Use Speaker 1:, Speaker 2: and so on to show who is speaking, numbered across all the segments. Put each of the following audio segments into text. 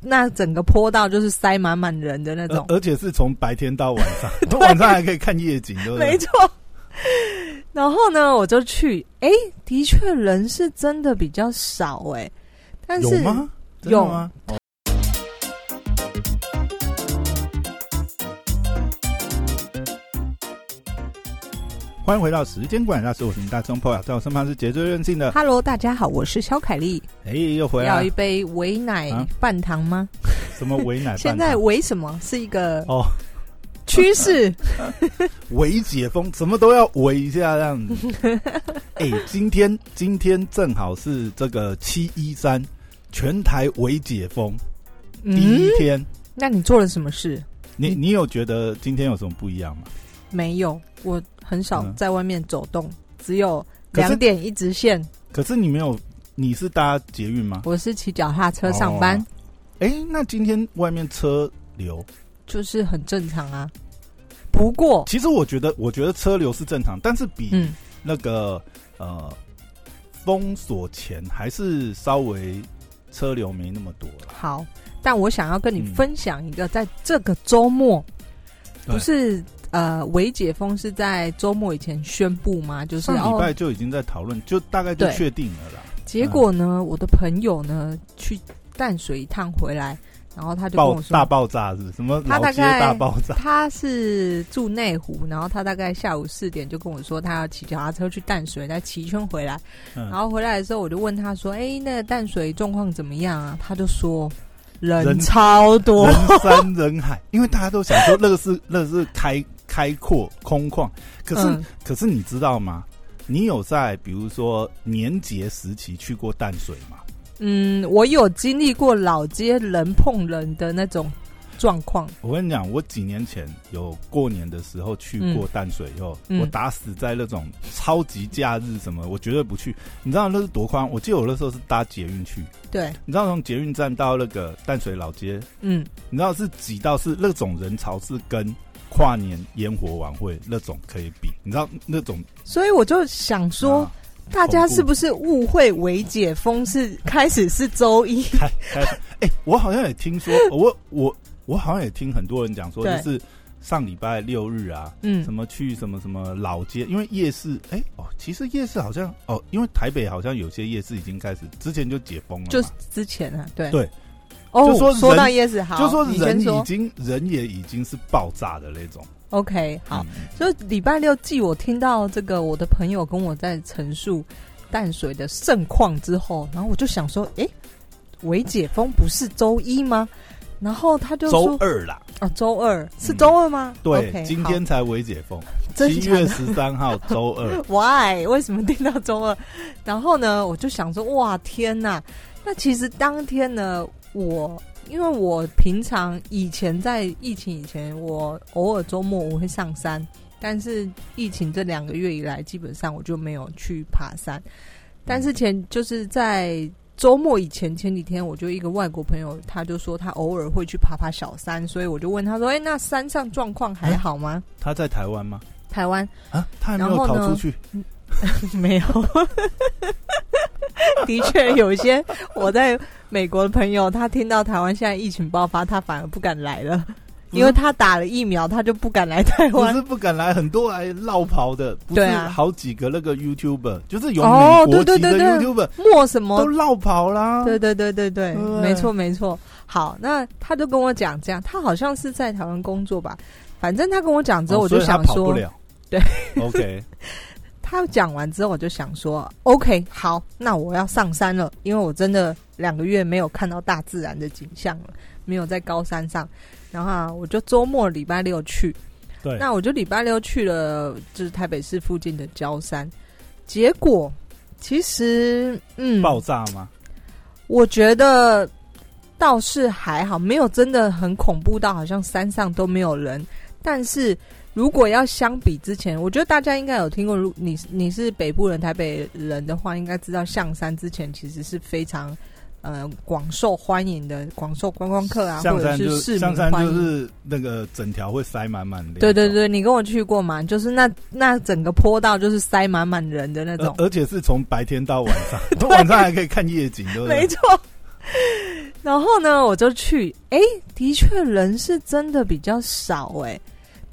Speaker 1: 那整个坡道就是塞满满人的那
Speaker 2: 呃
Speaker 1: 种，
Speaker 2: 而且是从白天到晚 上，晚上还可以看夜景，对不
Speaker 1: 没
Speaker 2: 对？
Speaker 1: 错。然后呢，我就去，哎、的确人是真的比较少哎、但
Speaker 2: 有
Speaker 1: 是
Speaker 2: 吗？真的
Speaker 1: 有
Speaker 2: 吗？哦欢迎回到时间管大师，我是你大松破啊，在我身旁是节最任性的，
Speaker 1: ，Hello，大家好，我是肖凯丽，
Speaker 2: 哎，又回
Speaker 1: 要
Speaker 2: 来
Speaker 1: 一
Speaker 2: 了
Speaker 1: 杯维奶
Speaker 2: 啊
Speaker 1: 半糖吗？
Speaker 2: 什么 为奶
Speaker 1: 现
Speaker 2: 啊半
Speaker 1: 在
Speaker 2: 糖
Speaker 1: 维什么是一个
Speaker 2: 哦，
Speaker 1: 趋 势？
Speaker 2: 为解封，什么都要围一下这样 子。哎、今天今天正好是这个七一三全台围解封第
Speaker 1: 嗯
Speaker 2: 一，天，
Speaker 1: 那你做了什么事？
Speaker 2: 你你有觉得今天有什么不一样吗？
Speaker 1: 没有，我很少
Speaker 2: 嗯
Speaker 1: 在外面走动，只有
Speaker 2: 可是
Speaker 1: 两点一直线。
Speaker 2: 可是你没有，你是搭捷运吗？
Speaker 1: 我是骑脚踏车上班，
Speaker 2: 哦哎、那今天外面车流，
Speaker 1: 就是很正常啊。不过，
Speaker 2: 其实我觉得我觉得车流是正常，但是比
Speaker 1: 嗯，
Speaker 2: 那个、呃封锁前还是稍微车流没那么多了。
Speaker 1: 好，但我想要跟你
Speaker 2: 嗯
Speaker 1: 分享一个，在这个周末，
Speaker 2: 对
Speaker 1: 不是呃，维解封是在周末以前宣布吗？就是
Speaker 2: 上礼
Speaker 1: 哦，
Speaker 2: 拜嗯就已经在讨论，就大概就
Speaker 1: 对
Speaker 2: 确定了啦。
Speaker 1: 结果呢，我的朋友呢去淡水一趟回来，然后他就跟
Speaker 2: 爆
Speaker 1: 我说，
Speaker 2: 大爆炸是不是什么
Speaker 1: 他
Speaker 2: 老
Speaker 1: 大
Speaker 2: 街
Speaker 1: 概
Speaker 2: 大爆炸？
Speaker 1: 他是住内湖，然后他大概下午四点就跟我说，他要骑脚踏车去淡水，再骑一圈回来。
Speaker 2: 嗯
Speaker 1: 然后回来的时候，我就问他说：“哎、那个淡水状况怎么样啊？”他就说：“
Speaker 2: 人
Speaker 1: 人超 多。嗯
Speaker 2: 人山人海，因为大家都想说那个是那个是开开阔空旷，可是、
Speaker 1: 嗯
Speaker 2: 可是你知道吗？你有在比如说年节时期去过淡水吗？”
Speaker 1: 嗯，我有经历过老街人碰人的那种状况。
Speaker 2: 我跟你讲，我几年前有过年的时候去过淡水以后，
Speaker 1: 嗯
Speaker 2: 我打死在那种超级假日什么，我绝对不去。你知道那是多宽？我记得我那时候是搭捷运去，
Speaker 1: 对，
Speaker 2: 你知道从捷运站到那个淡水老街，
Speaker 1: 嗯，
Speaker 2: 你知道是挤到是那种人潮是跟跨年烟火晚会那种可以比，你知道那种
Speaker 1: 所以我就想说，
Speaker 2: 啊
Speaker 1: 大家是
Speaker 2: 恐怖
Speaker 1: 不是误会维解封是开始是周一？
Speaker 2: 开开始，哎、我好像也听说，我我我好像也听很多人讲说，
Speaker 1: 对
Speaker 2: 就是上礼拜六日啊，
Speaker 1: 嗯
Speaker 2: 什，么去什么什么老街，因为夜市，哎、哦，其实夜市好像哦，因为台北好像有些夜市已经开始，之前就解封了嘛，
Speaker 1: 就是之前啊，对
Speaker 2: 对。
Speaker 1: 哦，
Speaker 2: 就说人
Speaker 1: 到夜市好，
Speaker 2: 就说
Speaker 1: 你先
Speaker 2: 人已
Speaker 1: 说
Speaker 2: 经人也已经是爆炸的那种，
Speaker 1: OK 好。
Speaker 2: 嗯，
Speaker 1: 就礼拜六记，我听到这个我的朋友跟我在陈述淡水的盛况之后，然后我就想说，诶，维解封不是周一吗？然后他就
Speaker 2: 周
Speaker 1: 说，
Speaker 2: 二啦，
Speaker 1: 哦，周二是周二吗？
Speaker 2: 对
Speaker 1: o k
Speaker 2: 今天才微解封，
Speaker 1: 真
Speaker 2: 七
Speaker 1: 假
Speaker 2: 月
Speaker 1: 的
Speaker 2: 十三号周二，
Speaker 1: ，Why？为什 么听到周二？然后呢，我就想说，哇，天呐！那其实当天呢，我因为我平常以前在疫情以前，我偶尔周末我会上山，但是疫情这两个月以来，基本上我就没有去爬山。但是前就是在周末以前前几天，我就一个外国朋友，他就说他偶尔会去爬爬小山，所以我就问他说：“哎、那山上状况还好吗？”
Speaker 2: 他在台湾吗？
Speaker 1: 台湾
Speaker 2: 啊，他还没
Speaker 1: 然
Speaker 2: 有
Speaker 1: 后
Speaker 2: 逃
Speaker 1: 呢
Speaker 2: 出去，
Speaker 1: 没有，的确有一些我在美国的朋友，他听到台湾现在疫情爆发，他反而不敢来了，
Speaker 2: 不是
Speaker 1: 因为他打了疫苗，他就不敢来台
Speaker 2: 不
Speaker 1: 湾。
Speaker 2: 是不敢来，很多来绕跑的，不是
Speaker 1: 对啊
Speaker 2: 好几个那个 YouTuber，就是有
Speaker 1: 哦
Speaker 2: 美国
Speaker 1: 对
Speaker 2: 籍
Speaker 1: 对
Speaker 2: 的
Speaker 1: 对对
Speaker 2: YouTuber
Speaker 1: 莫什
Speaker 2: 都
Speaker 1: 么？
Speaker 2: 绕跑啦。
Speaker 1: 对对对对对，
Speaker 2: 对
Speaker 1: 没错没错。好，那他就跟我讲这样，他好像是在台湾工作吧，反正他跟我讲之后，
Speaker 2: 哦
Speaker 1: 我就
Speaker 2: 所以他
Speaker 1: 想
Speaker 2: 跑
Speaker 1: 说，
Speaker 2: 不了。
Speaker 1: 对
Speaker 2: ，OK，
Speaker 1: 他讲完之后，我就想说，OK，好，那我要上山了，因为我真的两个月没有看到大自然的景象了，没有在高山上。然后啊，我就周末礼拜六去，
Speaker 2: 对，
Speaker 1: 那我就礼拜六去了，就是台北市附近的郊山。结果其实，嗯，
Speaker 2: 爆炸吗？
Speaker 1: 我觉得倒是还好，没有真的很恐怖到好像山上都没有人。但是如果要相比之前，我觉得大家应该有听过，如你你是北部人、台北人的话，应该知道象山之前其实是非常。呃，广受欢迎的，广受观光客啊，
Speaker 2: 象
Speaker 1: 或者
Speaker 2: 山就是
Speaker 1: 市
Speaker 2: 是
Speaker 1: 民
Speaker 2: 象山
Speaker 1: 欢
Speaker 2: 就
Speaker 1: 迎。
Speaker 2: 是那个整条会塞满满的，
Speaker 1: 对对，对，你跟我去过嘛？就是那那整个坡道就是塞满满人的那
Speaker 2: 呃而
Speaker 1: 种。
Speaker 2: 而且是从白天到晚上，晚上还可以看夜景，对不对？
Speaker 1: 没错。然后呢，我就去，哎、的确人是真的比较少哎、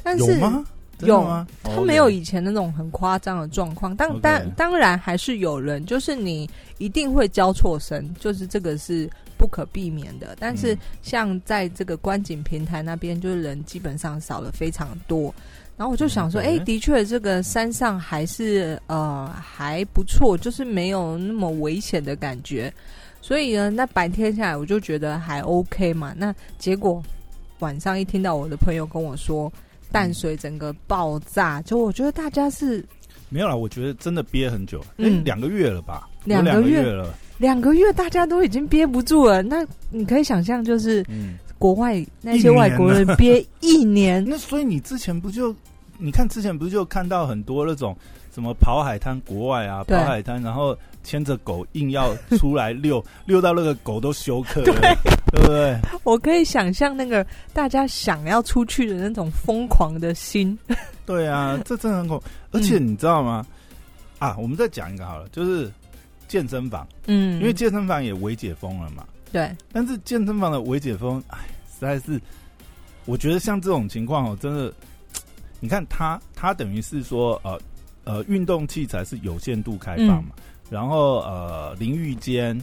Speaker 1: 但
Speaker 2: 有
Speaker 1: 是
Speaker 2: 吗？真的
Speaker 1: 有
Speaker 2: 吗？
Speaker 1: 它
Speaker 2: 哦
Speaker 1: 没有
Speaker 2: OK
Speaker 1: 以前那种很夸张的状况，当
Speaker 2: OK
Speaker 1: 当当然还是有人，就是你一定会交错身，就是这个是不可避免的。但是
Speaker 2: 嗯
Speaker 1: 像在这个观景平台那边，就是人基本上少了非常多。然后我就想说，哎、
Speaker 2: 嗯 OK
Speaker 1: 的确，这个山上还是呃还不错，就是没有那么危险的感觉。所以呢，那白天下来我就觉得还 OK 嘛。那结果晚上一听到我的朋友跟我说淡水整个爆炸，就我觉得大家是
Speaker 2: 没有啦，我觉得真的憋很久，哎、
Speaker 1: 嗯
Speaker 2: 两个月了吧？有
Speaker 1: 两个
Speaker 2: 两个
Speaker 1: 月
Speaker 2: 了，
Speaker 1: 两个月大家都已经憋不住了。那你可以想象，就是
Speaker 2: 嗯。
Speaker 1: 国外那些外国人憋一年，
Speaker 2: 那所以你之前不就，你看之前不就看到很多那种什么跑海滩国外啊，
Speaker 1: 对
Speaker 2: 跑海滩，然后牵着狗硬要出来 遛，遛到那个狗都休克了，对不对？
Speaker 1: 我可以想象那个大家想要出去的那种疯狂的心。
Speaker 2: 对啊，这真的很恐
Speaker 1: 嗯
Speaker 2: 怖。而且你知道吗？啊，我们再讲一个好了，就是健身房，
Speaker 1: 嗯，
Speaker 2: 因为健身房也微解封了嘛。
Speaker 1: 对，
Speaker 2: 但是健身房的微解封，哎，实在是，我觉得像这种情况哦，真的，你看他他等于是说，呃呃，运动器材是有限度开放嘛，
Speaker 1: 嗯
Speaker 2: 然后呃淋浴间，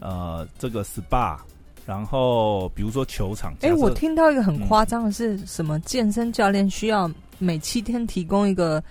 Speaker 2: 呃这个 SPA，然后比如说球场，
Speaker 1: 哎、
Speaker 2: 假设
Speaker 1: 我听到一个很夸张的是，什么健身教练需要每七天提供一个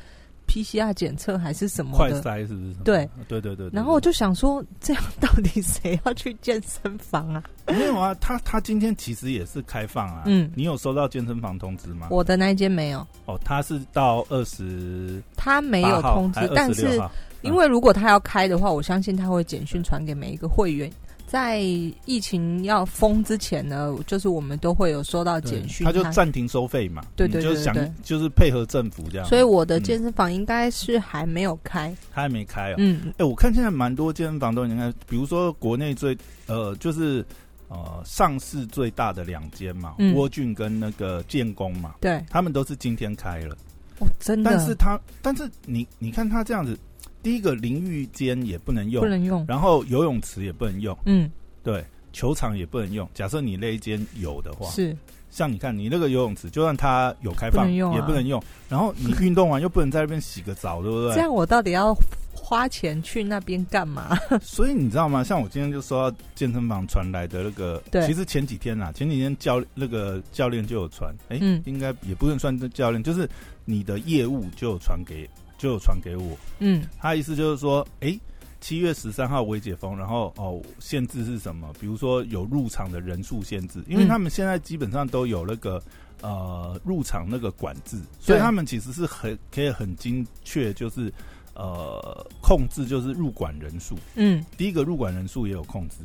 Speaker 1: PCR 检测还是什么
Speaker 2: 快
Speaker 1: 的？
Speaker 2: 塞是不是？
Speaker 1: 对
Speaker 2: 对对对对，
Speaker 1: 然后我就想说，这样到底谁要去健身房啊？
Speaker 2: 对没有啊，他他今天其实也是开放啊，
Speaker 1: 嗯
Speaker 2: 你有收到健身房通知吗？
Speaker 1: 我的那一间没有，
Speaker 2: 哦，他是到二十
Speaker 1: 他没有通知，但是
Speaker 2: 啊
Speaker 1: 因为如果他要开的话，我相信他会简讯传给每一个会员。在疫情要封之前呢，就是我们都会有收到
Speaker 2: 对
Speaker 1: 简讯，
Speaker 2: 嗯他就暂停收费嘛，
Speaker 1: 对对对
Speaker 2: 你就
Speaker 1: 对对
Speaker 2: 想就是配合政府这样，
Speaker 1: 所以我的
Speaker 2: 嗯
Speaker 1: 健身房应该是还没有开。
Speaker 2: 他还没开哦。哎、
Speaker 1: 嗯，
Speaker 2: 我看现在蛮多健身房都已经开，比如说国内最呃就是呃上市最大的两间嘛，
Speaker 1: 嗯
Speaker 2: 沃、俊跟那个建工嘛，
Speaker 1: 对，
Speaker 2: 他们都是今天开了，
Speaker 1: 哦，真的，
Speaker 2: 但是他但是你你看他这样子，第一个淋浴间也不能用，
Speaker 1: 不能用。
Speaker 2: 然后游泳池也不能用，
Speaker 1: 嗯，
Speaker 2: 对，球场也不能用。假设你那一间有的话，
Speaker 1: 是
Speaker 2: 像你看，你那个游泳池，就算它有开放，
Speaker 1: 不能用啊
Speaker 2: 也不能用。然后你运动完又不能在那边洗个澡，对不
Speaker 1: 这
Speaker 2: 对？
Speaker 1: 样，我到底要花钱去那边干嘛？
Speaker 2: 所以你知道吗？像我今天就收到健身房传来的那个，
Speaker 1: 对
Speaker 2: 其实前几天啊，前几天教那个教练就有传，哎、
Speaker 1: 嗯
Speaker 2: 应该也不能算教练，就是你的业务就有传给就有传给我。
Speaker 1: 嗯，
Speaker 2: 他意思就是说，哎、七月十三号微解封，然后哦，限制是什么？比如说有入场的人数限制，因为
Speaker 1: 嗯
Speaker 2: 他们现在基本上都有那个呃入场那个管制，所
Speaker 1: 对
Speaker 2: 以他们其实是很可以很精确，就是呃控制就是入馆人数。
Speaker 1: 嗯，
Speaker 2: 第一个入馆人数也有控制，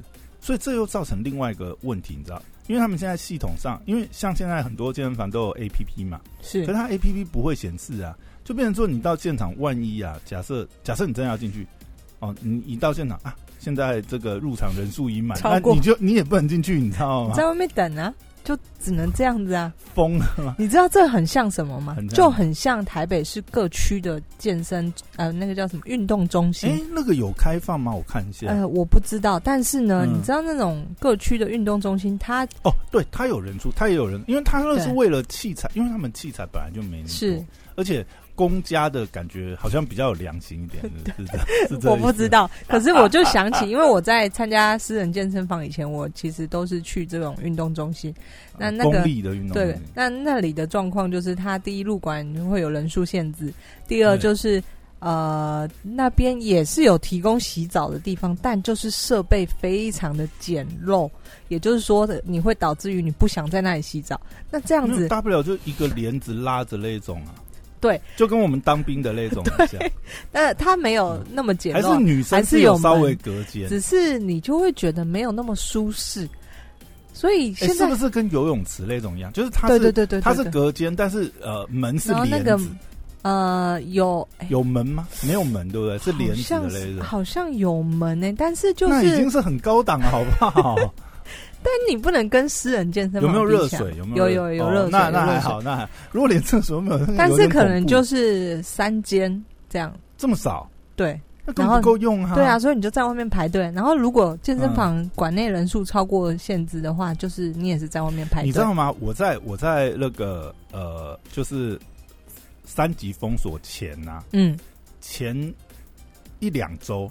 Speaker 2: 所以这又造成另外一个问题，你知道？因为他们现在系统上，因为像现在很多健身房都有 APP 嘛，
Speaker 1: 是
Speaker 2: 可是它 A P P 不会显示啊，就变成说你到现场，万一啊，假设假设你真的要进去，哦，你一到现场啊，现在这个入场人数已满，
Speaker 1: 超
Speaker 2: 那
Speaker 1: 过
Speaker 2: 你就你也不能进去，你知道
Speaker 1: 你
Speaker 2: 吗
Speaker 1: 在？外面等啊，就只能这样子啊。
Speaker 2: 疯了 吗？
Speaker 1: 你知道这很像什么吗
Speaker 2: 很？像
Speaker 1: 就很像台北市各区的健身呃，那个叫什么运动中
Speaker 2: 哎、
Speaker 1: 心。
Speaker 2: 那个有开放吗？我看一下。
Speaker 1: 呃，我不知道，但是呢，
Speaker 2: 嗯
Speaker 1: 你知道那种各区的运动中心，它
Speaker 2: 哦，对，它有人数，它也有人，因为它那是
Speaker 1: 对
Speaker 2: 为了器材，因为他们器材本来就没那么多
Speaker 1: 是，
Speaker 2: 而且公家的感觉好像比较有良心一 点，是这样是这
Speaker 1: 我不
Speaker 2: 意思啊
Speaker 1: 知 道，可是我就想起，因为我在参加私人健身房以前，我其实都是去这种运动中心。那那个
Speaker 2: 啊公立的运动
Speaker 1: 对
Speaker 2: 中心，
Speaker 1: 那那里的状况就是，它第一入馆会有人数限制，第二
Speaker 2: 对
Speaker 1: 就是呃那边也是有提供洗澡的地方，但就是设备非常的简陋，也就是说的你会导致于你不想在那里洗澡。那这样
Speaker 2: 没有
Speaker 1: 子，
Speaker 2: 大不了就一个帘子拉着那种啊，
Speaker 1: 对，
Speaker 2: 就跟我们当兵的那 种一样，
Speaker 1: 呃，它没有那么简
Speaker 2: 嗯还是
Speaker 1: 陋，
Speaker 2: 女生
Speaker 1: 还是有
Speaker 2: 有
Speaker 1: 门
Speaker 2: 稍微隔间，
Speaker 1: 只是你就会觉得没有那么舒适。所以
Speaker 2: 诶
Speaker 1: 现
Speaker 2: 哎是
Speaker 1: 在
Speaker 2: 不是跟游泳池那种一样？就是它
Speaker 1: 对
Speaker 2: 是
Speaker 1: 对对对，
Speaker 2: 它
Speaker 1: 对
Speaker 2: 是
Speaker 1: 对
Speaker 2: 隔间，但是呃门是
Speaker 1: 然后那
Speaker 2: 帘
Speaker 1: 个
Speaker 2: 子，
Speaker 1: 呃有哎
Speaker 2: 有门吗？没有门，对不对？是帘
Speaker 1: 好
Speaker 2: 子
Speaker 1: 像
Speaker 2: 的
Speaker 1: 是
Speaker 2: 那种。
Speaker 1: 好像有门呢、但是就
Speaker 2: 那已
Speaker 1: 是
Speaker 2: 经是很高档了，好不 好？
Speaker 1: 但你不能跟私人健身
Speaker 2: 有
Speaker 1: 房
Speaker 2: 没有
Speaker 1: 比
Speaker 2: 热
Speaker 1: 起来
Speaker 2: 水？有没
Speaker 1: 有
Speaker 2: 热
Speaker 1: 有有
Speaker 2: 哦
Speaker 1: 热水
Speaker 2: 那
Speaker 1: 有
Speaker 2: 那
Speaker 1: 热
Speaker 2: 还
Speaker 1: 水
Speaker 2: 好，那还如嗯果连厕所都没有，那
Speaker 1: 但
Speaker 2: 有
Speaker 1: 是
Speaker 2: 点
Speaker 1: 可能
Speaker 2: 恐怖
Speaker 1: 就是三间这样，
Speaker 2: 这么少，
Speaker 1: 对，
Speaker 2: 那根本不够用哈、
Speaker 1: 对啊，，所以你就在外面排队。然后如果健身房馆内人数超过限制的话，就是你也是在外面排队。
Speaker 2: 嗯你知道吗？我在我在那个呃，就是三级封锁前呐、
Speaker 1: 嗯，
Speaker 2: 前一两周，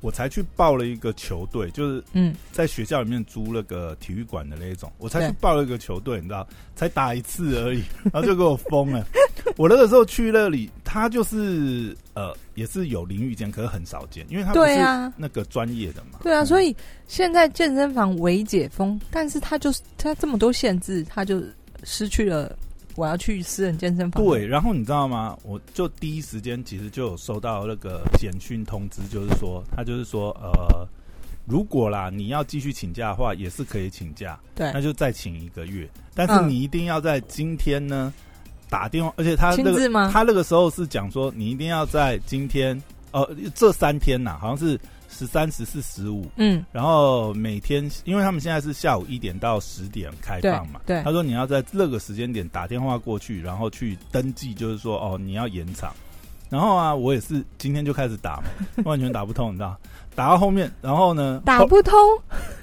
Speaker 2: 我才去报了一个球队，就是
Speaker 1: 嗯
Speaker 2: 在学校里面租那个体育馆的那一种，我才
Speaker 1: 对
Speaker 2: 去报了一个球队，你知道，才打一次而已，然后就给我封了。我那个时候去那里，他就是呃，也是有淋浴间，可是很少见，因为他不
Speaker 1: 对
Speaker 2: 是嗯
Speaker 1: 啊，
Speaker 2: 那个专业的嘛。
Speaker 1: 对啊，所
Speaker 2: 以
Speaker 1: 以现在健身房为解封，但是它就是它这么多限制，它就失去了我要去私人健身房。
Speaker 2: 对，，然后你知道吗？我就第一时间其实就有收到那个简讯通知，就是说他就是说呃，如果啦你要继续请假的话，也是可以请假，
Speaker 1: 对
Speaker 2: 那就再请一个月，但是
Speaker 1: 嗯
Speaker 2: 你一定要在今天呢打电话，而且他那
Speaker 1: 亲
Speaker 2: 个
Speaker 1: 自啊吗？
Speaker 2: 他那个时候是讲说，你一定要在今天，呃，这三天呐、好像是十三、十四、十五，
Speaker 1: 嗯，
Speaker 2: 然后每天，因为他们现在是下午一点到十点开
Speaker 1: 对
Speaker 2: 放嘛，
Speaker 1: 对
Speaker 2: 他说你要在这个时间点打电话过去，然后去登记，就是说哦，你要延长。然后啊，我也是今天就开始打嘛， 完全打不通，你知道，打到后面，然后呢，
Speaker 1: 打
Speaker 2: 后
Speaker 1: 不通，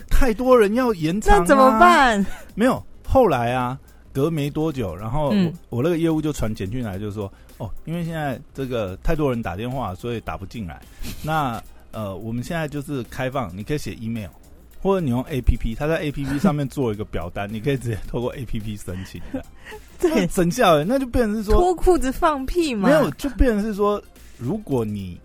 Speaker 2: 太多人要延长、
Speaker 1: 那
Speaker 2: 啊，
Speaker 1: 怎么？ 办？
Speaker 2: 没有，后来啊，隔没多久，然后我,、
Speaker 1: 嗯
Speaker 2: 我那个业务就传简讯来，就是说，哦，因为现在这个太多人打电话，所以打不进来。那呃，我们现在就是开放，你可以写 email，或者你用 APP，他在 APP 上面做一个表单，你可以直接透过 APP 申请的。那
Speaker 1: 对，
Speaker 2: 省下欸来，那就变成是说，
Speaker 1: 脱裤子放屁嘛？
Speaker 2: 没有，就变成是说，如果你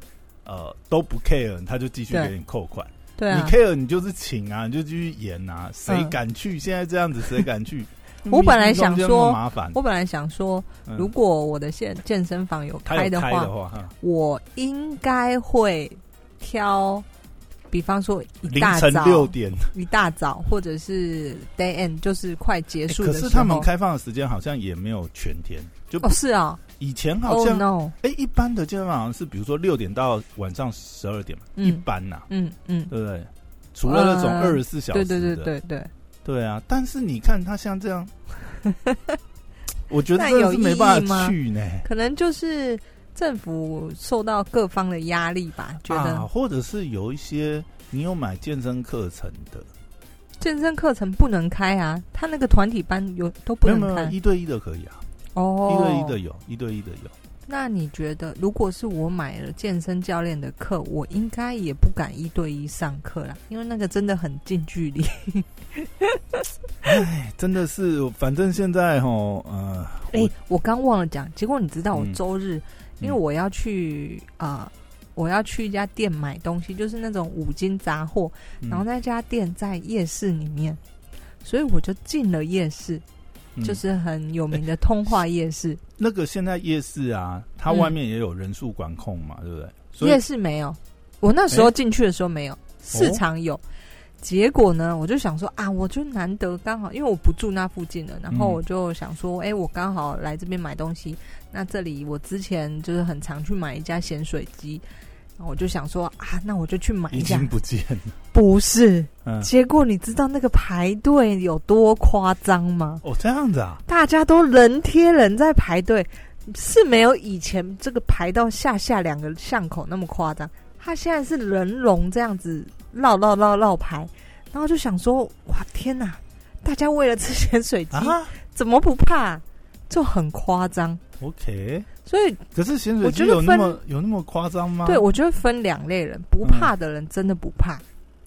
Speaker 2: 呃都不 care，他就继续
Speaker 1: 对
Speaker 2: 给你扣款。
Speaker 1: 对
Speaker 2: 你
Speaker 1: 啊。
Speaker 2: care 你就是请啊，你就继续演啊，谁
Speaker 1: 嗯？
Speaker 2: 敢去？现在这样子谁敢去
Speaker 1: 我本来想说
Speaker 2: 弄这么麻烦，
Speaker 1: 我本来想说，
Speaker 2: 嗯
Speaker 1: 如果我的健健身房有
Speaker 2: 他有
Speaker 1: 开的
Speaker 2: 开
Speaker 1: 话
Speaker 2: 的，话，哈
Speaker 1: 我应该会挑，比方说一
Speaker 2: 凌
Speaker 1: 大
Speaker 2: 晨
Speaker 1: 早、
Speaker 2: 六点，
Speaker 1: 一大早，或者是 day end，就是快结
Speaker 2: 欸
Speaker 1: 束
Speaker 2: 可
Speaker 1: 的时候。
Speaker 2: 是他们开放的时间好像也没有全天，就
Speaker 1: 哦，是啊
Speaker 2: 以前好
Speaker 1: ，Oh
Speaker 2: 像
Speaker 1: no，
Speaker 2: 哎，一般的健身房好像是比如说六点到晚上十二点嘛，一
Speaker 1: 嗯
Speaker 2: 般呐，
Speaker 1: 嗯嗯，
Speaker 2: 对不对？除了那种
Speaker 1: 呃
Speaker 2: 二十四小时
Speaker 1: 对
Speaker 2: 的，
Speaker 1: 对对对对，
Speaker 2: 对啊，但是你看他像这 样，我觉得
Speaker 1: 那
Speaker 2: 真的
Speaker 1: 有
Speaker 2: 是
Speaker 1: 意
Speaker 2: 没
Speaker 1: 义
Speaker 2: 办法
Speaker 1: 吗
Speaker 2: 去呢。
Speaker 1: 可能就是政府受到各方的压力吧，觉
Speaker 2: 啊，
Speaker 1: 得
Speaker 2: 或者是有一些你有买健身课程的，
Speaker 1: 健身课程不能开啊，他那个团体班有都不
Speaker 2: 没有没
Speaker 1: 能
Speaker 2: 有没有
Speaker 1: 开
Speaker 2: 一对一的可以啊，一对一
Speaker 1: 哦
Speaker 2: 的。有，一对一的有，
Speaker 1: 那你觉得，如果是我买了健身教练的课，我应该也不敢一对一上课啦，因为那个真的很近距 离。
Speaker 2: 哎，真的是，反正现在吼，呃，
Speaker 1: 哎、
Speaker 2: 我
Speaker 1: 我刚忘了讲，结果你知道我
Speaker 2: 嗯
Speaker 1: 周日，因为
Speaker 2: 嗯
Speaker 1: 我要去啊、呃我要去一家店买东西，就是那种五金杂货，
Speaker 2: 嗯
Speaker 1: 然后那家店在夜市里面，所以我就进了夜市，
Speaker 2: 嗯
Speaker 1: 就是很有名的通化夜市。
Speaker 2: 那个现在夜市啊，它外面也有人数管控嘛，对不对？所
Speaker 1: 夜
Speaker 2: 以
Speaker 1: 市没有，我那时候进去的时候没有，市场有。结果呢，我就想说啊，我就难得刚好，因为我不住那附近了，然后
Speaker 2: 嗯
Speaker 1: 我就想说，哎、我刚好来这边买东西，那这里我之前就是很常去买一家咸水鸡，然后我就想说啊，那我就去买一
Speaker 2: 已
Speaker 1: 下
Speaker 2: 经。不见 了，
Speaker 1: 不是，
Speaker 2: 嗯，
Speaker 1: 结果你知道那个排队有多夸张吗？
Speaker 2: 哦，这样子啊，
Speaker 1: 大家都人贴人在排队，是没有以前这个排到下下两个巷口那么夸张。他现在是人龙这样子绕绕绕绕排，然后就想说：哇，天哪！大家为了吃咸水鸡，
Speaker 2: 啊
Speaker 1: 怎么不怕？就很夸张。
Speaker 2: ，OK，
Speaker 1: 所以，
Speaker 2: 可是咸水
Speaker 1: 我
Speaker 2: 鸡
Speaker 1: 觉得
Speaker 2: 有那
Speaker 1: 分
Speaker 2: 么有那么夸张吗？
Speaker 1: 对我觉得分两类人，不怕的人真的不怕，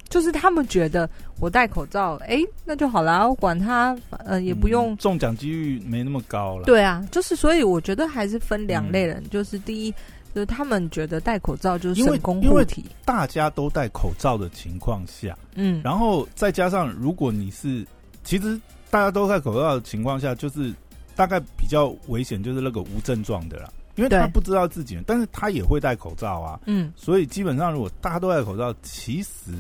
Speaker 1: 就是他们觉得我戴口罩，哎，那就好啦，我管他，呃，也不
Speaker 2: 嗯
Speaker 1: 用
Speaker 2: 中奖几率没那么高了，，
Speaker 1: 对啊，就是所以我觉得还是分
Speaker 2: 嗯
Speaker 1: 两类人，就是第一，就是他们觉得戴口罩就是
Speaker 2: 因为
Speaker 1: 神功
Speaker 2: 因
Speaker 1: 护
Speaker 2: 为
Speaker 1: 体，
Speaker 2: 大家都戴口罩的情况下，
Speaker 1: 嗯，
Speaker 2: 然后再加上，如果你是其实大家都戴口罩的情况下，就是大概比较危险，就是那个无症状的啦，因为他
Speaker 1: 对
Speaker 2: 不知道自己，但是他也会戴口罩啊，
Speaker 1: 嗯，
Speaker 2: 所以基本上如果大家都戴口罩，其实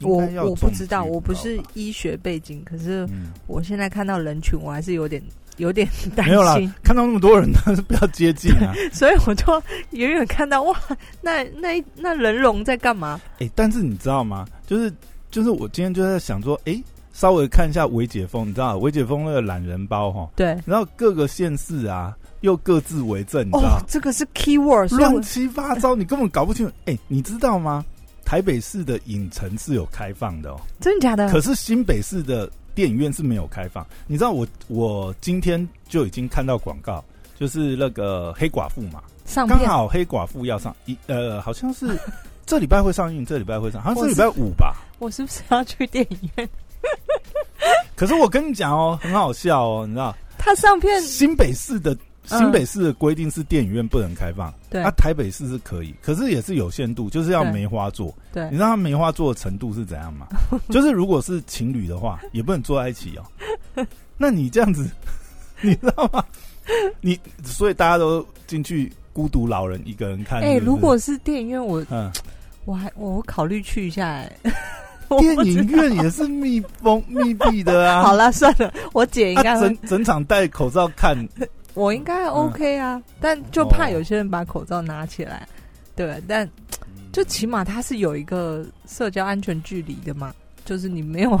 Speaker 1: 我
Speaker 2: 应该要
Speaker 1: 我不
Speaker 2: 中
Speaker 1: 知道，
Speaker 2: 几率
Speaker 1: 我不
Speaker 2: 高
Speaker 1: 是
Speaker 2: 吧
Speaker 1: 医学背景，可是
Speaker 2: 嗯，
Speaker 1: 我现在看到人群，我还是有点有点担
Speaker 2: 没有啦
Speaker 1: 心，，
Speaker 2: 看到那么多人，但是不要接近 啊。
Speaker 1: 所以我就远远看到哇，那那那人龙在干嘛？
Speaker 2: 哎、但是你知道吗？就是就是我今天就在想说，哎、稍微看一下维解封，你知道维解封那个懒人包哈，
Speaker 1: 对，
Speaker 2: 然后各个县市啊，又各自为政，你知道
Speaker 1: 哦
Speaker 2: 吗，？
Speaker 1: 这个是 keyword，所以我
Speaker 2: 乱七八糟，你根本搞不清楚。哎、你知道吗？台北市的影城是有开放的哦，
Speaker 1: 真的假的？
Speaker 2: 可是新北市的电影院是没有开放。你知道我我今天就已经看到广告，就是那个黑寡妇嘛，
Speaker 1: 上
Speaker 2: 刚
Speaker 1: 片
Speaker 2: 好黑寡妇要上一呃，好 像是这礼拜会上映，这礼拜会上，好像这礼拜五吧。
Speaker 1: 我是不是要去电影院？
Speaker 2: 可是我跟你讲哦，很好笑哦，你知道
Speaker 1: 他上片
Speaker 2: 新北市的
Speaker 1: 嗯
Speaker 2: 新北市的规定是电影院不能开放，
Speaker 1: 对
Speaker 2: 啊，台北市是可以，可是也是有限度，就是要
Speaker 1: 对
Speaker 2: 梅花座。
Speaker 1: 对
Speaker 2: 你，知道他梅花座的程度是怎样吗？ 就是如果是情侣的话，也不能坐在一起哦。 那你这样子， 你知道吗？你所以大家都进去孤独老人一个人看。
Speaker 1: 哎，
Speaker 2: 是不是
Speaker 1: 如果是电影院，我
Speaker 2: 嗯，
Speaker 1: 我还我考虑去一下 哎。我
Speaker 2: 电
Speaker 1: 不知
Speaker 2: 影院也是密封密闭的啊。
Speaker 1: 好啦，算了，我姐应
Speaker 2: 啊，嗯
Speaker 1: 该会
Speaker 2: 整整场戴口罩看，
Speaker 1: 我应该 OK 啊，但就怕有些人把口罩拿起来，对，但 就起码它是有一个社交安全距离的嘛，就是你没有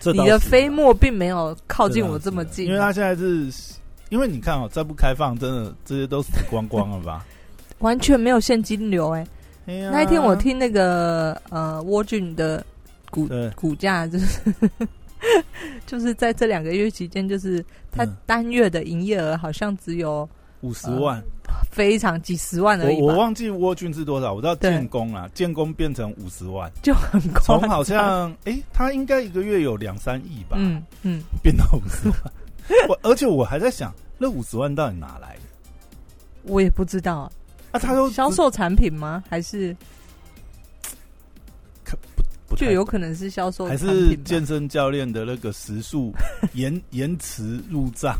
Speaker 2: 这
Speaker 1: 你
Speaker 2: 倒
Speaker 1: 的
Speaker 2: 是啊
Speaker 1: 飞沫并没有靠近我
Speaker 2: 这
Speaker 1: 这
Speaker 2: 倒
Speaker 1: 么
Speaker 2: 是
Speaker 1: 近，啊
Speaker 2: 因为他现在是，因为你看哦，再不开放，真的这些都死光光了 吧？
Speaker 1: 完全没有现金流哎、
Speaker 2: 哎呀
Speaker 1: 那一天我听那个呃沃俊的股
Speaker 2: 对嗯
Speaker 1: 股价就是 就是在这两个月期间，就是他
Speaker 2: 嗯
Speaker 1: 单月的营业额好像只有
Speaker 2: 五十万，
Speaker 1: 嗯非常几十万而
Speaker 2: 我
Speaker 1: 已
Speaker 2: 我
Speaker 1: 吧，
Speaker 2: 忘记蜗菌是多少，我知道
Speaker 1: 对
Speaker 2: 建工啊，建工变成五十万，
Speaker 1: 就很 夸
Speaker 2: 从
Speaker 1: 张。
Speaker 2: 好像哎、他应该一个月有两三亿吧，
Speaker 1: 嗯嗯，
Speaker 2: 变到五十万。 我而且我还在想，那五十万到底哪来的？
Speaker 1: 我也不知道啊。
Speaker 2: 啊，他都
Speaker 1: 销售产品吗？还是
Speaker 2: 不太
Speaker 1: 就有可能是销售
Speaker 2: 还
Speaker 1: 产
Speaker 2: 是
Speaker 1: 品吧？
Speaker 2: 健身教练的那个时速延延迟入账，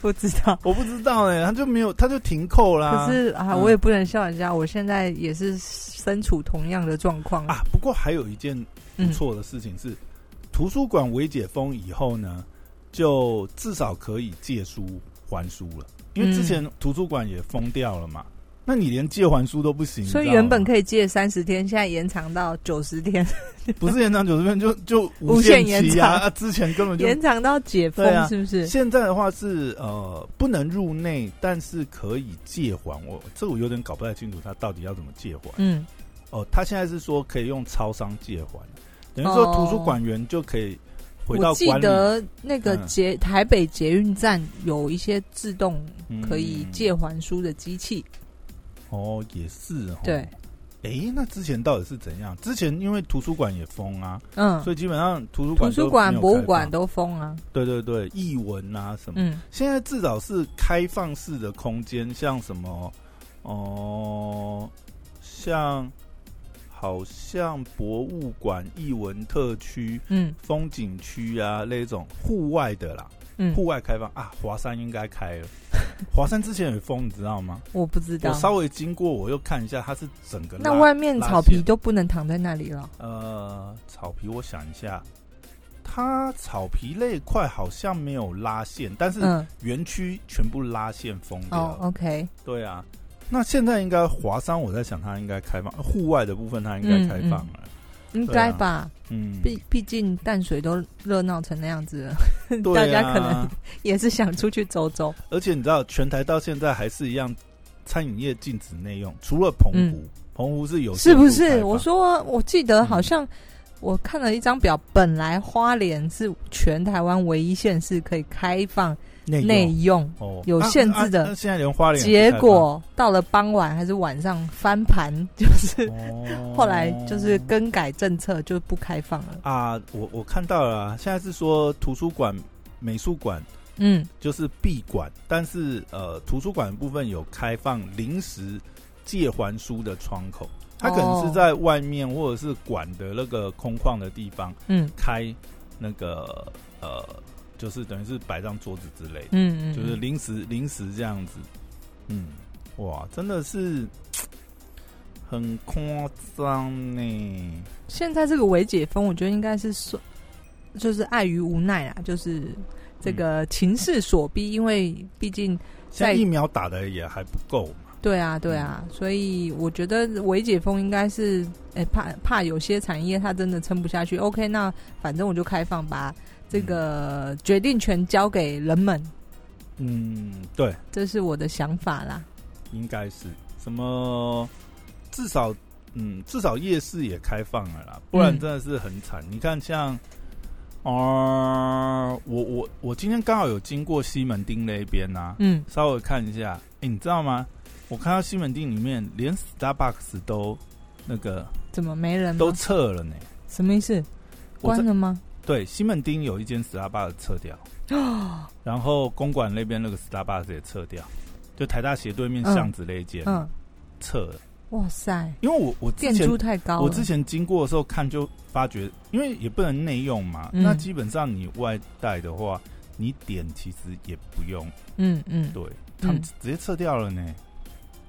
Speaker 1: 不知道。
Speaker 2: 我不知道哎、他就没有，他就停扣啦。
Speaker 1: 可是啊，
Speaker 2: 嗯
Speaker 1: 我也不能笑人家，我现在也是身处同样的状况
Speaker 2: 啊，，不过还有一件不
Speaker 1: 嗯，
Speaker 2: 错的事情是，图书馆微解封以后呢，就至少可以借书还书了，因为之前
Speaker 1: 嗯
Speaker 2: 图书馆也封掉了嘛，那你连借还书都不行，
Speaker 1: 所以原本
Speaker 2: 以
Speaker 1: 可以借三十天，现在延长到九十天，
Speaker 2: 不是延长九十天，就就
Speaker 1: 无限延
Speaker 2: 期
Speaker 1: 长
Speaker 2: 啊，啊之前根本就。
Speaker 1: 延长到解封
Speaker 2: 对，啊
Speaker 1: 是不是？
Speaker 2: 现在的话是呃不能入内，但是可以借还。我这我有点搞不太清楚，他到底要怎么借还。
Speaker 1: 嗯，
Speaker 2: 哦，他现在是说可以用超商借还，等于说
Speaker 1: 哦
Speaker 2: 图书馆员就可以回到
Speaker 1: 我记
Speaker 2: 管理
Speaker 1: 得那个
Speaker 2: 嗯
Speaker 1: 捷台北捷运站有一些自动
Speaker 2: 嗯
Speaker 1: 可以借还书的机器，
Speaker 2: 哦，也是哦。
Speaker 1: 对
Speaker 2: 诶，那之前到底是怎样？之前因为图书馆也封啊，
Speaker 1: 嗯，
Speaker 2: 所以基本上图书
Speaker 1: 图
Speaker 2: 馆、
Speaker 1: 书馆、博物馆
Speaker 2: 都
Speaker 1: 都封啊，
Speaker 2: 没有开放对对对，译文啊什么。
Speaker 1: 嗯，
Speaker 2: 现在至少是开放式的空间，像什么哦、像好像博物馆、译文特区、
Speaker 1: 嗯
Speaker 2: 风景区啊那种户外的啦，
Speaker 1: 嗯，
Speaker 2: 户外开放啊，华山应该开了。华山之前也封，你知道吗？
Speaker 1: 我不知道
Speaker 2: 我。稍微经过，我又看一下，它是整个
Speaker 1: 那
Speaker 2: 拉
Speaker 1: 外面
Speaker 2: 拉
Speaker 1: 草皮
Speaker 2: 线
Speaker 1: 都不能躺在那里了。
Speaker 2: 呃，草皮，我想一下，它草皮那一块好像没有拉线，但是
Speaker 1: 嗯，
Speaker 2: 园区全部拉线封掉
Speaker 1: 哦
Speaker 2: 了。
Speaker 1: ，OK，
Speaker 2: 对啊，那现在应该华山，我在想它应该开放，户外的部分它应该开放了。
Speaker 1: 应该吧？
Speaker 2: 嗯，
Speaker 1: 嗯毕毕竟淡水都热闹成那样子了，
Speaker 2: 对
Speaker 1: 大
Speaker 2: 啊，
Speaker 1: 家可能也是想出去走走。
Speaker 2: 而且你知道，全台到现在还是一样，餐饮业禁止内用，除了澎湖，
Speaker 1: 嗯
Speaker 2: 澎湖是有
Speaker 1: 是
Speaker 2: 限度
Speaker 1: 不
Speaker 2: 开
Speaker 1: 是？
Speaker 2: 放
Speaker 1: 我说，我记得好像
Speaker 2: 嗯
Speaker 1: 我看了一张表，本来花莲是全台湾唯一县市可以开放
Speaker 2: 内
Speaker 1: 内
Speaker 2: 用
Speaker 1: 用，
Speaker 2: 哦
Speaker 1: 有限制的
Speaker 2: 啊啊啊现在连花莲
Speaker 1: 结
Speaker 2: 也不开放
Speaker 1: 果到了傍晚还是晚上翻盘， 就是
Speaker 2: 哦
Speaker 1: 后来就是更改政策，就不开放了。
Speaker 2: 啊，我我看到了、啊，现在是说图书馆、美术馆
Speaker 1: 嗯，
Speaker 2: 就是闭馆，但是呃，图书馆部分有开放临时借还书的窗口，它可能是
Speaker 1: 哦
Speaker 2: 在外面或者是馆的那个空旷的地方
Speaker 1: 嗯
Speaker 2: 开那个呃，就是等于是摆张桌子之类的，
Speaker 1: 嗯嗯，
Speaker 2: 就是
Speaker 1: 嗯
Speaker 2: 临时临时这样子。嗯，哇，真的是很夸张呢。
Speaker 1: 现在这个微解封，我觉得应该是说，就是碍于无奈啊，就是这个情势所逼，因为毕竟在
Speaker 2: 现在疫苗打的也还不够嘛。
Speaker 1: 对啊对啊，所以我觉得微解封应该是，哎、怕怕有些产业它真的撑不下去。OK，那反正我就开放吧，这个决定权交给人们，
Speaker 2: 嗯，对，
Speaker 1: 这是我的想法啦。
Speaker 2: 应该是什么？至少，嗯，至少夜市也开放了啦，不然
Speaker 1: 嗯
Speaker 2: 真的是很惨。你看像，啊、我我我今天刚好有经过西门町那边呐、啊，
Speaker 1: 嗯，
Speaker 2: 稍微看一下。哎、你知道吗？我看到西门町里面连 Starbucks 都那个
Speaker 1: 怎么没人吗？
Speaker 2: 都撤了呢。
Speaker 1: 什么意思？
Speaker 2: 我
Speaker 1: 关
Speaker 2: 在
Speaker 1: 了吗？
Speaker 2: 对西门町有一间 Starbucks 撤掉，
Speaker 1: 哦
Speaker 2: 然后公馆那边那个 Starbucks 也撤掉，就台大斜对面
Speaker 1: 嗯
Speaker 2: 巷子那一间、
Speaker 1: 嗯，
Speaker 2: 撤了。
Speaker 1: 哇塞，
Speaker 2: 因为我我之
Speaker 1: 店
Speaker 2: 前
Speaker 1: 租太高了。
Speaker 2: 我之前经过的时候看就发觉，因为也不能内用嘛，
Speaker 1: 嗯
Speaker 2: 那基本上你外带的话，你点其实也不用，
Speaker 1: 嗯嗯，
Speaker 2: 对他们直接撤掉了呢。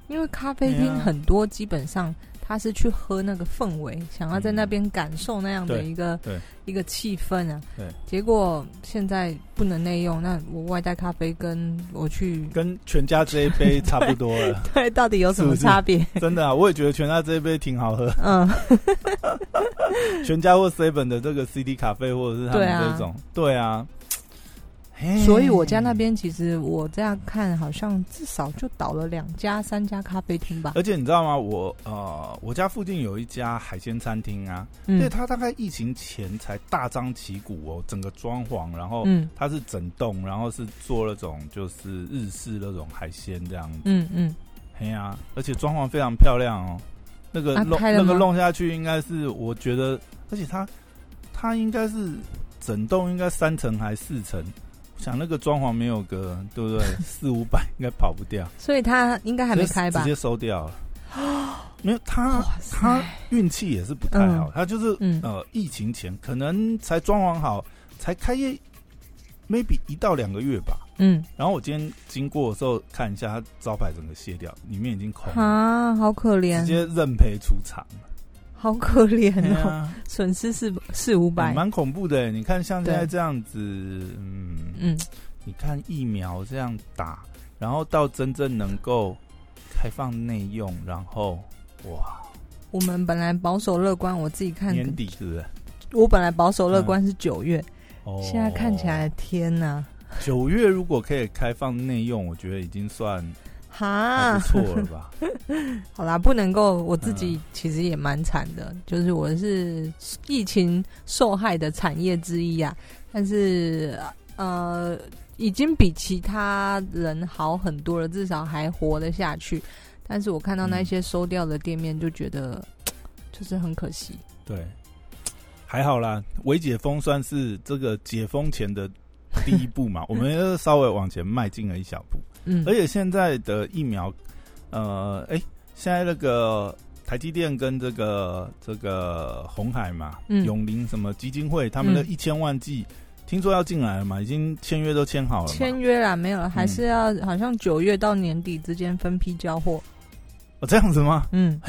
Speaker 1: 因为咖啡
Speaker 2: 对啊
Speaker 1: 厅很多基本上他是去喝那个氛围，想要在那边感受那样的
Speaker 2: 嗯对
Speaker 1: 一个
Speaker 2: 对
Speaker 1: 一个气氛啊。
Speaker 2: 对，
Speaker 1: 结果现在不能内用，那我外带咖啡跟我去
Speaker 2: 跟全家这一杯差不多了，
Speaker 1: 对到底有什么
Speaker 2: 是不是
Speaker 1: 差别？
Speaker 2: 真的啊，我也觉得全家这一杯挺好喝。
Speaker 1: 嗯，
Speaker 2: 全家或 seven 的这个 CD 咖啡，或者是他
Speaker 1: 对
Speaker 2: 们
Speaker 1: 啊
Speaker 2: 这种，啊对啊。嘿
Speaker 1: 所以我家那，边其实我这样看，好像至少就倒了两家、三家咖啡厅吧。
Speaker 2: 哎而且你知道吗？我呃，我家附近有一家海鲜餐厅啊，对、
Speaker 1: 嗯
Speaker 2: 它大概疫情前才大张旗鼓哦，整个装潢，然后
Speaker 1: 嗯
Speaker 2: 它是整栋，然后是做那种就是日式那种海鲜这样子，
Speaker 1: 嗯嗯，
Speaker 2: 嘿呀、而且装潢非常漂亮哦。那个
Speaker 1: 啊
Speaker 2: 弄、
Speaker 1: 开了
Speaker 2: 那个
Speaker 1: 吗
Speaker 2: 弄下去，应该是我觉得，而且它它应该是整栋应该三层还四层，我想那个装潢没有个 对不对四五百应该跑不掉，
Speaker 1: 所以他应该还没开吧
Speaker 2: 直？接收掉了。 没有他
Speaker 1: 哇塞
Speaker 2: 他运气也是不太好，他就是、
Speaker 1: 嗯
Speaker 2: 呃疫情前可能才装潢好，才开业 maybe 一到两个月吧。
Speaker 1: 嗯
Speaker 2: 然后我今天经过的时候看一下，它招牌整个卸掉，里面已经空了，
Speaker 1: 啊，好可
Speaker 2: 直
Speaker 1: 怜，
Speaker 2: 接认赔出 场。
Speaker 1: 好可怜
Speaker 2: 对
Speaker 1: 哦，
Speaker 2: 啊，
Speaker 1: 损失四四五百
Speaker 2: 嗯。蛮恐怖的。你看像现在
Speaker 1: 对
Speaker 2: 这样子，嗯，
Speaker 1: 嗯，
Speaker 2: 你看疫苗这样打，然后到真正能够开放内用，然后哇，
Speaker 1: 我们本来保守乐观，我自己看，
Speaker 2: 年底是不是？
Speaker 1: 我本来保守乐观是九月，
Speaker 2: 哦，
Speaker 1: 现在看起来，天哪，
Speaker 2: 九月如果可以开放内用，我觉得已经算还
Speaker 1: 哈
Speaker 2: 不，错了吧？
Speaker 1: 好啦，不能够，我自
Speaker 2: 嗯
Speaker 1: 己其实也蛮惨的，就是我是疫情受害的产业之一啊，但是呃，已经比其他人好很多了，至少还活得下去。但是我看到
Speaker 2: 嗯
Speaker 1: 那些收掉的店面，就觉得、就是很可惜。
Speaker 2: 对，还好啦，微解封算是这个解封前的第一步嘛，我们又稍微往前迈进了一小步。
Speaker 1: 嗯
Speaker 2: 而且现在的疫苗，呃，哎、现在那个台积电跟这个这个红海嘛，
Speaker 1: 嗯
Speaker 2: 永林什么基金会，他们的
Speaker 1: 嗯
Speaker 2: 一千万剂，听说要进来了嘛，已经签约都签好了嘛
Speaker 1: 签。约啦，没有
Speaker 2: 嗯
Speaker 1: 了，还是要、好像九月到年底之间分批交货。
Speaker 2: 哦，这样子 吗？
Speaker 1: 嗯，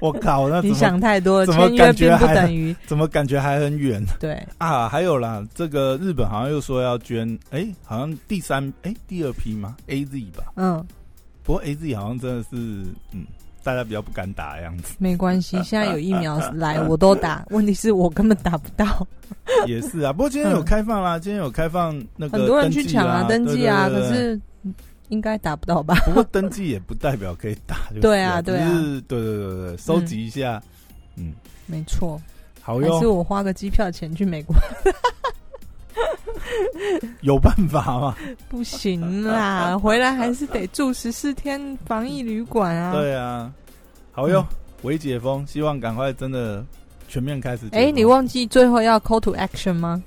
Speaker 2: 我靠，那怎
Speaker 1: 你
Speaker 2: 么
Speaker 1: 想太多了，
Speaker 2: 怎么
Speaker 1: 签约
Speaker 2: 感觉
Speaker 1: 并不
Speaker 2: 还
Speaker 1: 等于
Speaker 2: 怎么感觉还很远
Speaker 1: 对，
Speaker 2: 啊？还有啦，这个日本好像又说要捐，哎、好像第三哎、第二批吗？A Z 吧，
Speaker 1: 嗯，
Speaker 2: 不过 A Z 好像真的是嗯，大家比较不敢打的样子，
Speaker 1: 没关 系，现在有疫苗来我都打，问题是我根本打不到，
Speaker 2: 也是啊。不过今天有开放啦，今天有开放那
Speaker 1: 嗯
Speaker 2: 个
Speaker 1: 很多人去
Speaker 2: 登记
Speaker 1: 抢啊，登记啊，
Speaker 2: 对对
Speaker 1: 可
Speaker 2: 对对
Speaker 1: 是应该打不到吧？
Speaker 2: 不过登记也不代表可以打就是了，
Speaker 1: 对啊对
Speaker 2: 对
Speaker 1: 啊
Speaker 2: 对对对对，收集一下，嗯，
Speaker 1: 没错，
Speaker 2: 好
Speaker 1: 还是
Speaker 2: 哟，
Speaker 1: 我花个机票钱去美国？
Speaker 2: 有办法吗？
Speaker 1: 不行 啦，回来还是得住十四天防疫旅馆啊。嗯
Speaker 2: 对啊，好哟，微解封，希望赶快真的全面开始解封。
Speaker 1: 哎，你忘记最后要 call to action 吗？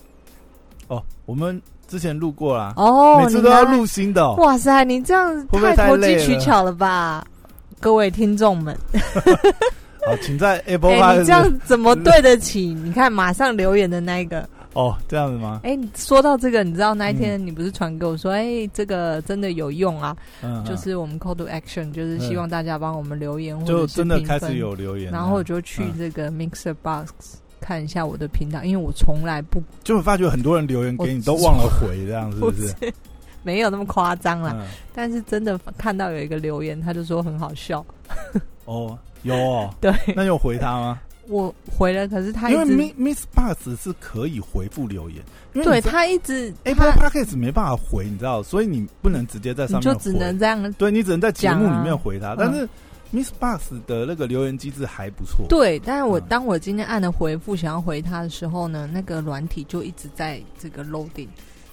Speaker 2: 哦，我们之前录过啦，
Speaker 1: 哦，
Speaker 2: 每次
Speaker 1: 你
Speaker 2: 都要
Speaker 1: 拿
Speaker 2: 录新的哦，
Speaker 1: 哇塞，你这样
Speaker 2: 会不会太
Speaker 1: 投
Speaker 2: 累
Speaker 1: 机取
Speaker 2: 了
Speaker 1: 巧了吧？各位听众们，
Speaker 2: 好，请 在 Apple
Speaker 1: 哎、你这
Speaker 2: Podcast
Speaker 1: 样怎么对得起？你看，马上留言的那一个，
Speaker 2: 哦，这样子吗？
Speaker 1: 哎、你说到这个，你知道那一天
Speaker 2: 嗯
Speaker 1: 你不是传给我说，哎、这个真的有用啊，
Speaker 2: 嗯，嗯
Speaker 1: 就是我们 call to action，就是
Speaker 2: 嗯
Speaker 1: 希望大家帮我们留言，或者
Speaker 2: 就是真的
Speaker 1: 评
Speaker 2: 开
Speaker 1: 分
Speaker 2: 始，有留言了，
Speaker 1: 然后我就去
Speaker 2: 嗯
Speaker 1: 这个 mixer box 看一下我的频道，因为我从来不
Speaker 2: 就会发觉很多人留言给你
Speaker 1: 我
Speaker 2: 都忘了回，这样是
Speaker 1: 不
Speaker 2: 不是？
Speaker 1: 没有那么夸张啦，
Speaker 2: 嗯，
Speaker 1: 但是真的看到有一个留言，他就说很好笑，
Speaker 2: 哦，有哦，
Speaker 1: 对
Speaker 2: 那有回他吗？
Speaker 1: 我回了，可是他一
Speaker 2: 因为
Speaker 1: 直
Speaker 2: Mi Miss Box 是可以回复留言，因为
Speaker 1: 对
Speaker 2: 你在
Speaker 1: 他一直
Speaker 2: Apple
Speaker 1: 他
Speaker 2: Podcast 没办法回，你知道，所以你不能直接在
Speaker 1: 你
Speaker 2: 上
Speaker 1: 就
Speaker 2: 面
Speaker 1: 只
Speaker 2: 回
Speaker 1: 能这样。
Speaker 2: 对你只能在节目里
Speaker 1: 讲啊
Speaker 2: 面回他，但是 Miss Box 的那个留言机制还不错，
Speaker 1: 对，但是我
Speaker 2: 嗯
Speaker 1: 当我今天按了回复想要回他的时候呢，那个软体就一直在这个 loading，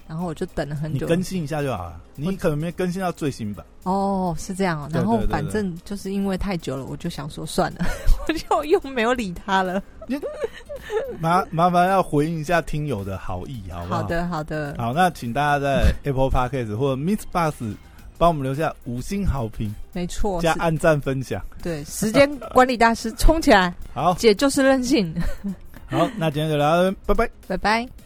Speaker 1: 然后我就等了很
Speaker 2: 你
Speaker 1: 久。
Speaker 2: 更新一下就好了，你可能没更新到最新版，
Speaker 1: 哦，是这样哦。
Speaker 2: 对
Speaker 1: 然后
Speaker 2: 对对
Speaker 1: 反
Speaker 2: 对
Speaker 1: 正就是因为太久了，我就想说算了， 我就又没有理他了。
Speaker 2: 麻麻烦要回应一下听友的好意，好不好？
Speaker 1: 好的，好的，
Speaker 2: 好，那请大 家在 Apple Podcast 或者 Miss Box 帮我们留下五星好评
Speaker 1: 没错，
Speaker 2: 加
Speaker 1: 是
Speaker 2: 按赞分享。
Speaker 1: 对， 时间管理大师冲起来，
Speaker 2: 好
Speaker 1: 姐就是任性，
Speaker 2: 好，那今天就聊到这边，拜拜。
Speaker 1: 拜拜。